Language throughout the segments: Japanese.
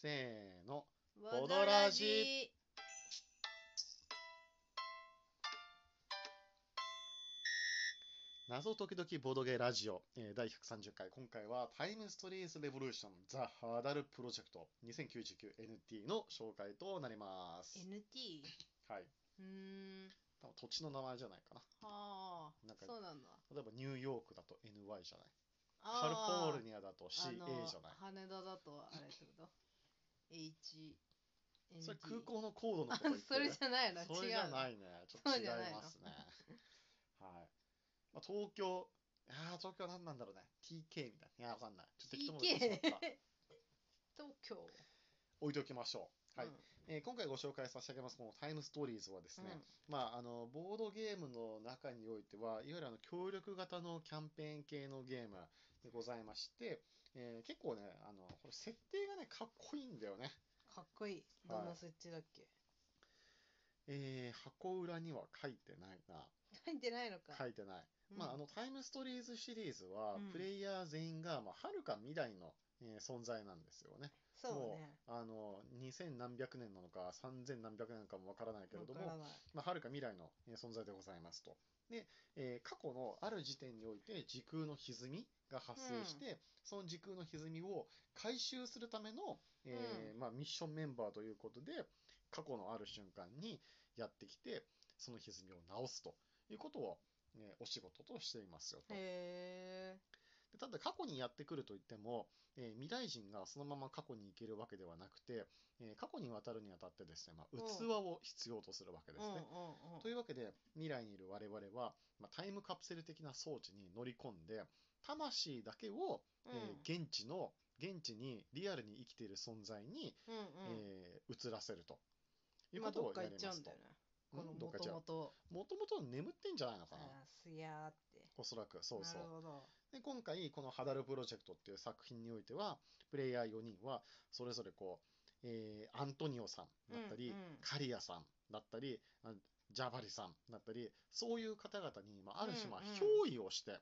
せーの。ボドラジ謎時々ボドゲラジオ、えー第130回。今回はタイムストリーズレボリューションザ・ハーダルプロジェクト 2099NT の紹介となります。 NT はい。うーん多分土地の名前じゃないかな。はあなんかそうなんだ例えばニューヨークだと NY じゃない。カルフあーォルニアだと CA あのじゃない。羽田だとあれってこと H それ空港のコードのこと言ってる それじゃないの違うそれじゃのないね。ちょっとそう違いじゃないまのすね。 はい。まあ、東京、ああ、東京何なんだろうね。TK みたいな。いや、わかんない。ちょっと適当なこと言ってしまった東京置いておきましょう。はいうんえー今回ご紹介差し上げますこのタイムストーリーズはですね、まあ、あのボードゲームの中においてはいわゆるあの協力型のキャンペーン系のゲームでございまして、えー結構ねあのこれ設定がねかっこいいんだよね、うんかっこいいどんな設置だっけえー箱裏には書いてないな書いてないのか書いてない、うんまあ、あのタイムストーリーズシリーズは、うんプレイヤー全員がまあはるか未来の、えー存在なんですよねそうねあの2000何百年なのか3000何百年なのかもわからないけれどわもからないまあ、遥か未来のえー存在でございますと。で、えー過去のある時点において時空の歪みが発生して、その時空の歪みを回収するための、えーまあ、ミッションメンバーということで、過去のある瞬間にやってきて、その歪みを直すということを、えーお仕事としていますよと。へえでただ過去にやってくるといっても、えー未来人がそのまま過去に行けるわけではなくて、えー過去に渡るにあたってですね、まあ、うん器を必要とするわけでうんうすんね。うんというわけで未来にいる我々は、まあ、タイムカプセル的な装置に乗り込んで魂だけを、うんえー現地の現地にリアルに生きている存在に、うんうんえー移らせるという今ことどをっかや行りっまちゃうすんとだよ。ねうこのんどっもか行っちとゃうもともともと眠ってんじゃないのかなあーすやーっておそらくそうそうなるほどで今回この「ハダルプロジェクト」っていう作品においてはプレイヤー4人はそれぞれこう、えーアントニオさんだったり、うんうんカリアさんだったりあジャバリさんだったりそういう方々に、まあ、ある種まあうんうん憑依をして、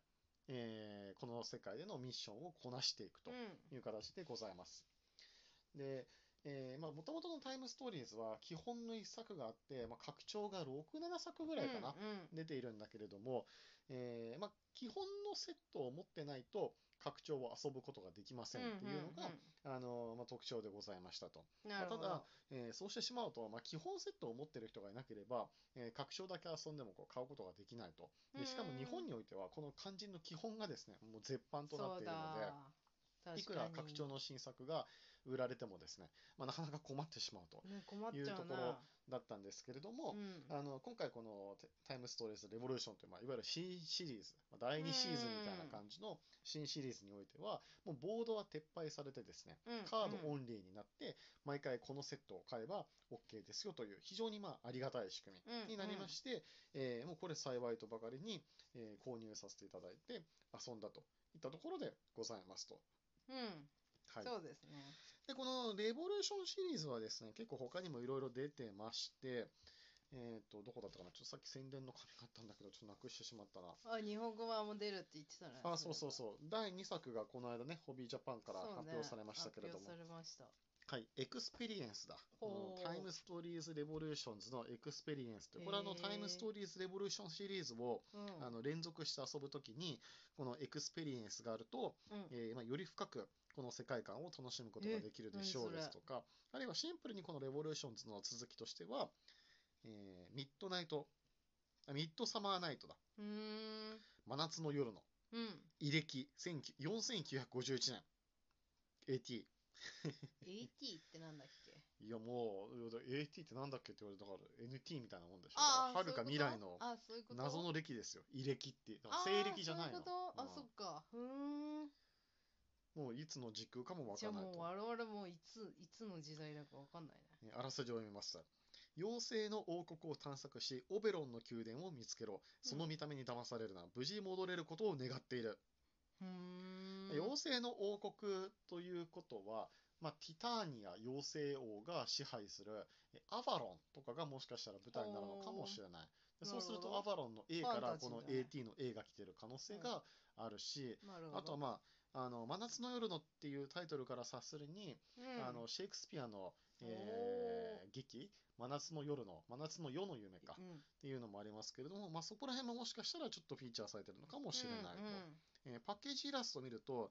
えーこの世界でのミッションをこなしていくとうんいう形でございます。でえーまあ、元々のタイムストーリーズは基本の1作があって、まあ、拡張が6、7作ぐらいかな、うんうん出ているんだけれども、えーまあ、基本のセットを持ってないと拡張を遊ぶことができませんっていうのが、あのーまあ、特徴でございましたと、なるほどまあただえーそうしてしまうと、まあ、基本セットを持っている人がいなければ、えー拡張だけ遊んでもこう買うことができないとでしかも日本においてはこの肝心の基本がですねもう絶版となっているので。そうだいくら確かに拡張の新作が売られてもですね、まあ、なかなか困ってしまうとね困っちゃういなうところだったんですけれども、うんあの今回このテ「タイムストーリーズ・レボリューション」という、まあ、いわゆる新シリーズまあ第2シーズンみたいな感じの新シリーズにおいてはもうボードは撤廃されてですねうんカードオうんンリーになって毎回このセットを買えば OK ですよという非常にまあありがたい仕組うんみになりまして、えーもうこれ幸いとばかりに、えー購入させていただいて遊んだといったところでございますと。うんはい、そうですねで、このレボリューションシリーズはですね、結構他にもいろいろ出てまして、えっ、と、どこだったかな、ちょっとさっき宣伝の紙があったんだけど、ちょっとなくしてしまったな。あ日本語版も出るって言ってたねあ、そうそうそう。第2作がこの間ね、ホビージャパンからそう発ね表されましたけれども、発表されましたはい、エクスペリエンスだ。こほうのタイムストーリーズ・レボリューションズのエクスペリエンスって、これはあのへータイムストーリーズ・レボリューションシリーズを、うんあの連続して遊ぶときに、このエクスペリエンスがあると、うんえーまあ、より深くこの世界観を楽しむことができるでしょうえ何それですとか、あるいはシンプルにこのレボリューションズの続きとしては、えーミッドナイト、あミッドサマーナイトだ、うーん真夏の夜の、うん遺歴19 4951年、AT。 AT ってなんだっけいやもう、いや AT ってなんだっけって言われたから、NT みたいなもんでしょ。ああはるか未来のあそういうこと謎の歴ですよ。遺歴って、だから西暦じゃないの。あーそういうことあうんそっかうーんもういつの時空かもわじかゃらあないもとう。我々もいついつの時代だかわかんないねえーあらすじを読みました。妖精の王国を探索し、オベロンの宮殿を見つけろ。その見た目に騙されるな。無事戻れることを願っている。うーん妖精の王国ということは、まあ、ティターニア妖精王が支配するえアバロンとかがもしかしたら舞台になるのかもしれない。でほうそうするなとるアほどバロンの A かファらンタジこーだのね AT の A が来てる可能性があるし、なるほどあとはまあ、あの、真夏の夜のっていうタイトルから察するに、うんあの、シェイクスピアの、えー劇、真夏の夜の、真夏の夜の夢かうっんていうのもありますけれども、まあ、そこら辺ももしかしたらちょっとフィーチャーされてるのかもしれないと。えーパッケージイラストを見ると、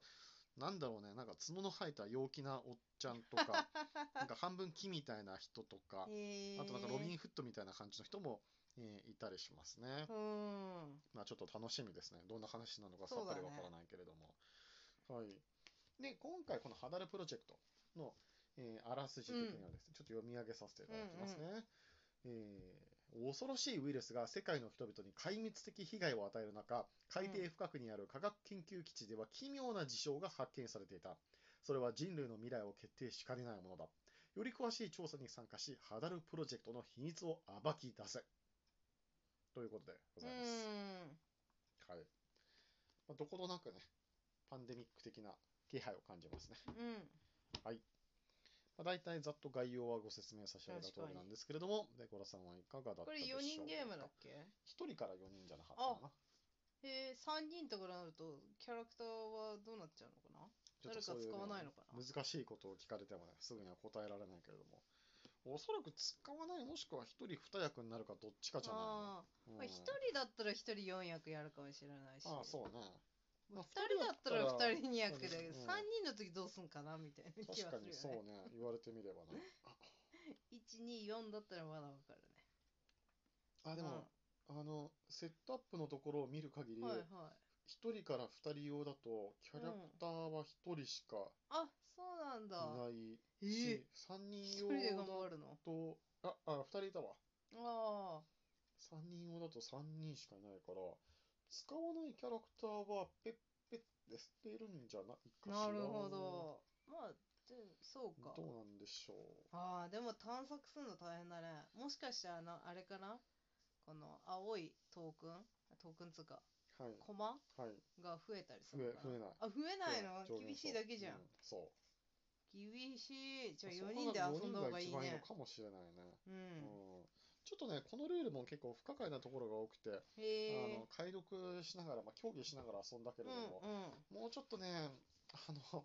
なんだろうね、なんか角の生えた陽気なおっちゃんと か、なんか半分木みたいな人とかうん、へーあとなんかロビン・フッドみたいな感じの人も、えーいたりしますね。うんまあちょっと楽しみですね。どんな話なのかさそうっだぱねりわからないけれども。はい。で、今回このハダルプロジェクトの、えーあらすじ的にはですね、ちょっと読み上げさせていただきますね。えー恐ろしいウイルスが世界の人々に壊滅的被害を与える中、海底深くにある科学研究基地では奇妙な事象が発見されていた。それは人類の未来を決定しかねないものだ。より詳しい調査に参加し、ハダルプロジェクトの秘密を暴き出せ。ということでございます。うんはい。まあ、どことなくね、パンデミック的な気配を感じますね。 うんまあ、大体ざっと概要はご説明差し上げた通りなんですけれども、デコラさんはいかがだったこでれしょう4か人ゲームだっけ ?1 人から4人じゃなかったかな。えー、3人とかになるとキャラクターはどうなっちゃうのかなちょっとそういう、誰か使わないねの、かな難しいことを聞かれてもね、すぐには答えられないけれども、おそらく使わない、もしくは1人2役になるかどっちかじゃないあのうー、まんあ、1人だったら1人4役やるかもしれないしああ、そうね。まあ2人だったら2人2役だけど、うん3人の時どうすんかなみたいな気確はかするによそうね。ね、言われてみればね。 124だったらまだわかるね。あ、でも、あの、セットアップのところを見る限り、はいはい。 1人から2人用だとキャラクターは1人しかあそうなんだ。いないえし、え3人一用人でだ頑張るのとああ2人いたわあ3人用だと3人しかいないから使わないキャラクターはペッペッって捨てるんじゃないあ、かしらなるほど。まあ、でそうかど。うなんでしょうああ、でも探索するの大変だね。もしかしたらな、あれかなこの青いトークントークンつうか、はいコマはいが増えたりす増えるのか増なえないあ、増えないの上限厳しいそうだけじゃんう。そ厳しい。じうゃあそう4人で考えると遊んだ方がいい四人が一番いいのね。かもしれないねううんん。ちょっとねこのルールも結構不可解なところが多くてあへえの。解読しながら、まあ、競技しながら遊んだけうれども、んうん。もうちょっとね、あの、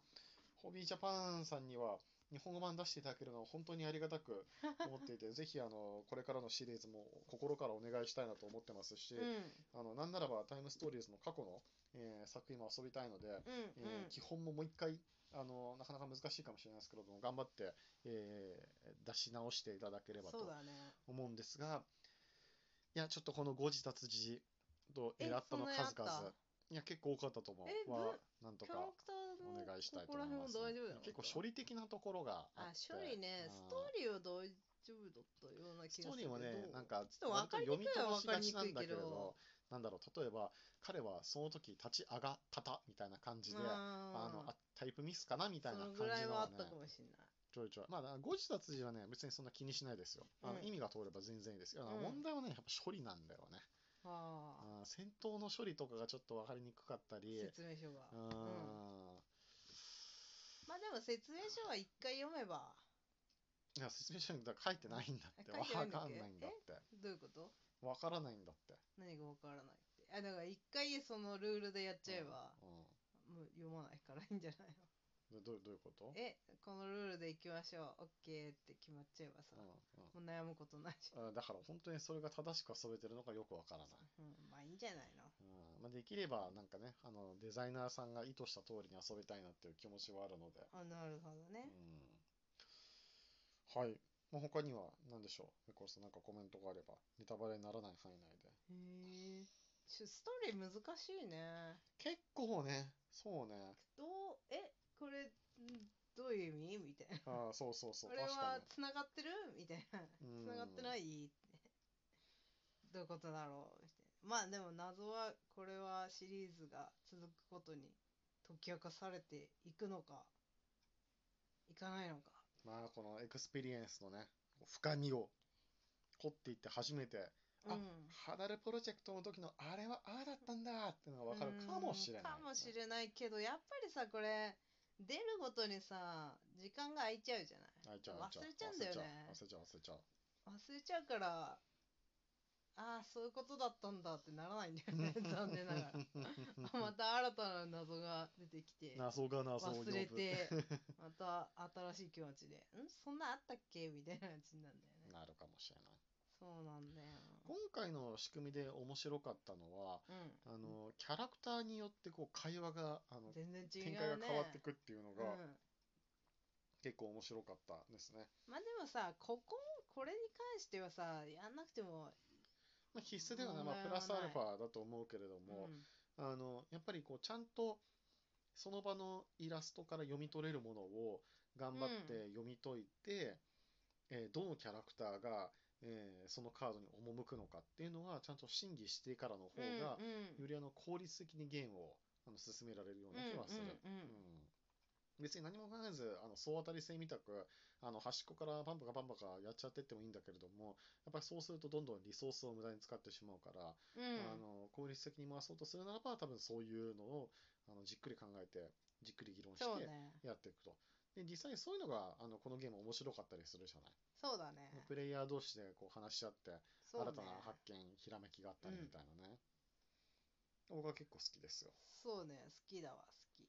ホビージャパンさんには、日本語版出していただけるのは本当にありがたく思ってい て、ぜひあのこれからのシリーズも心からお願いしたいなと思ってますし、うあのなんならばタイムストーリーズの過去の、えー作品も遊びたいので、んうんえーうん。基本ももう一回あの、なかなか難しいかもしれないですけれども、頑張って、えー出し直していただければそうとだね。思うんですが、いや、ちょっとこの誤字脱字とえエラッタのそんなにあっ数た々、いや、結構多かったと思えう。はど、なんとキャかラクタおーの願いしたいとここ思らい辺まはすね、大丈夫だよ。結構処理理的なところがああっ、て処理ね、うんストーリーは大丈夫だったような気スがトーすリるーもけど。ね、なんか、ちょっと分かりにくいは分かり割と読み飛ばしがちにくいけなんだけれどど、なんだろう、例えば、彼はその時立ち上がったたみたいな感じで、ああのあタイプミスかなみたいな感そじのぐらいのはあはっねた、かもしれない。ちょいちょい。まあ、誤字脱字はね、別にそんな気にしないですよ。あのうん意味が通れば全然いいですよ。あのうん問題はね、やっぱ処理なんだよね。ああー戦闘の処理とかがちょっと分かりにくかったあ、り、説明書が。ううんん、まあでも説明書は一回読めば、いや説明書にだから書いてないんだって、書いてない分んだかっんけないんだって。どういうことわからないんだって。何が分からないって。あだから一回そのルールでやっちゃえば、うんうんもう読まないからいいんじゃないのどどうどういうことえ、このルールでいきましょう。OK って決まっちゃえばさ、うんもうう悩むことないじゃん。んあだから本当にそれが正しく遊べてるのかよくわからない。うん、まあいいんじゃないの。うんまあ、できればなんかねあのデザイナーさんが意図した通りに遊びたいなっていう気持ちはあるので、あなるほどね。うん、はい、まあ、他には何でしょうメコルさんなんかコメントがあればネタバレにならない範囲内でへえ。ちょストーリー難しいね。結構ねそうねどうえこれんどういう意味みたいな。あーそうそうそうこ確れかはにつながってるみたいな。うんつながってないってどういうことだろうみたいな。まあでも謎はこれはシリーズが続くことに解き明かされていくのかいかないのか。まあこのエクスペリエンスのね深みを掘っていって初めてあうんハダルプロジェクトの時のあれはああだったんだっていうのが分かるかもしれない、うんかもしれないけどやっぱりさこれ出るごとにさ時間が空いちゃうじゃなあいいちゃう忘れちゃうんだよね忘れちゃう忘れちゃう忘れちゃうからああそういうことだったんだってならないんだ よね残念ながら また新たな謎が出てきて謎が謎を呼ぶ忘れてまた新しい気持ちで「んそんなあったっけ?」みたいな感じになるんだよねなるかもしれないそうなんだよ今回の仕組みで面白かったのはうんあのキャラクターによってこう会話があの全然違うね展開が変わってくっていうのがうん結構面白かったですね、まあでもさこここれに関してはさやんなくてもまあ、必須ではない、問まあ、題はプラスアルないファだと思うけれども、うんあのやっぱりこうちゃんとその場のイラストから読み取れるものを頑張って読み解いて、えーどのキャラクターが、えーそのカードに赴くのかっていうのはちゃんと審議してからの方が、うんうんよりあの効率的にゲームをあの進められるような気はする。うんうんうんうん別に何も考えずあの総当たり性みたくあの端っこからバンバカバンバカやっちゃってってもいいんだけれどもやっぱりそうするとどんどんリソースを無駄に使ってしまうから、うんあの効率的に回そうとするならば多分そういうのをあのじっくり考えてじっくり議論しそうてねやっていくと。で実際そういうのがあのこのゲーム面白かったりするじゃない。そうだねプレイヤー同士でこう話し合ってそう新ねたな発見、ひらめきがあったりみたいなね。僕は結構好きですよ。そうね好きだわ好き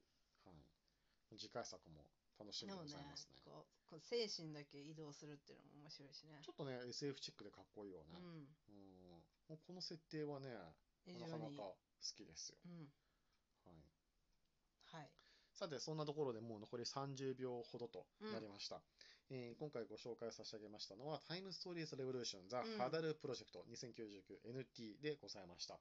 はい。次回作も楽しみででもごねざいますね。こうこう精神だけ移動するっていうのも面白いしねちょっとね、SF チックでかっこいいようね。うんん。もうこの設定はね、非な常かなかに好きですよ。うんはい。はいさて、そんなところでもう残り30秒ほどとなりました。えー今回ご紹介差し上げましたのは、タイムストーリーズレボリューションザうん・ハダルプロジェクト 2099NT でございました。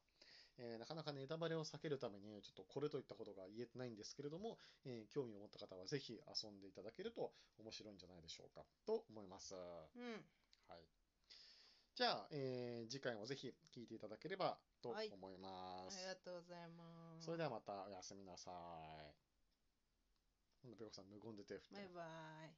えーなかなかネタバレを避けるために、ちょっとこれといったことが言えてないんですけれども、えー興味を持った方はぜひ遊んでいただけると面白いんじゃないでしょうかと思います。はうんい。じゃあ、えー次回もぜひ聞いていただければとはい思いまあす。りがとうございますそれではまたおやすみなさい。なんだ、ペコさん、無言で手振ってバイる。バイ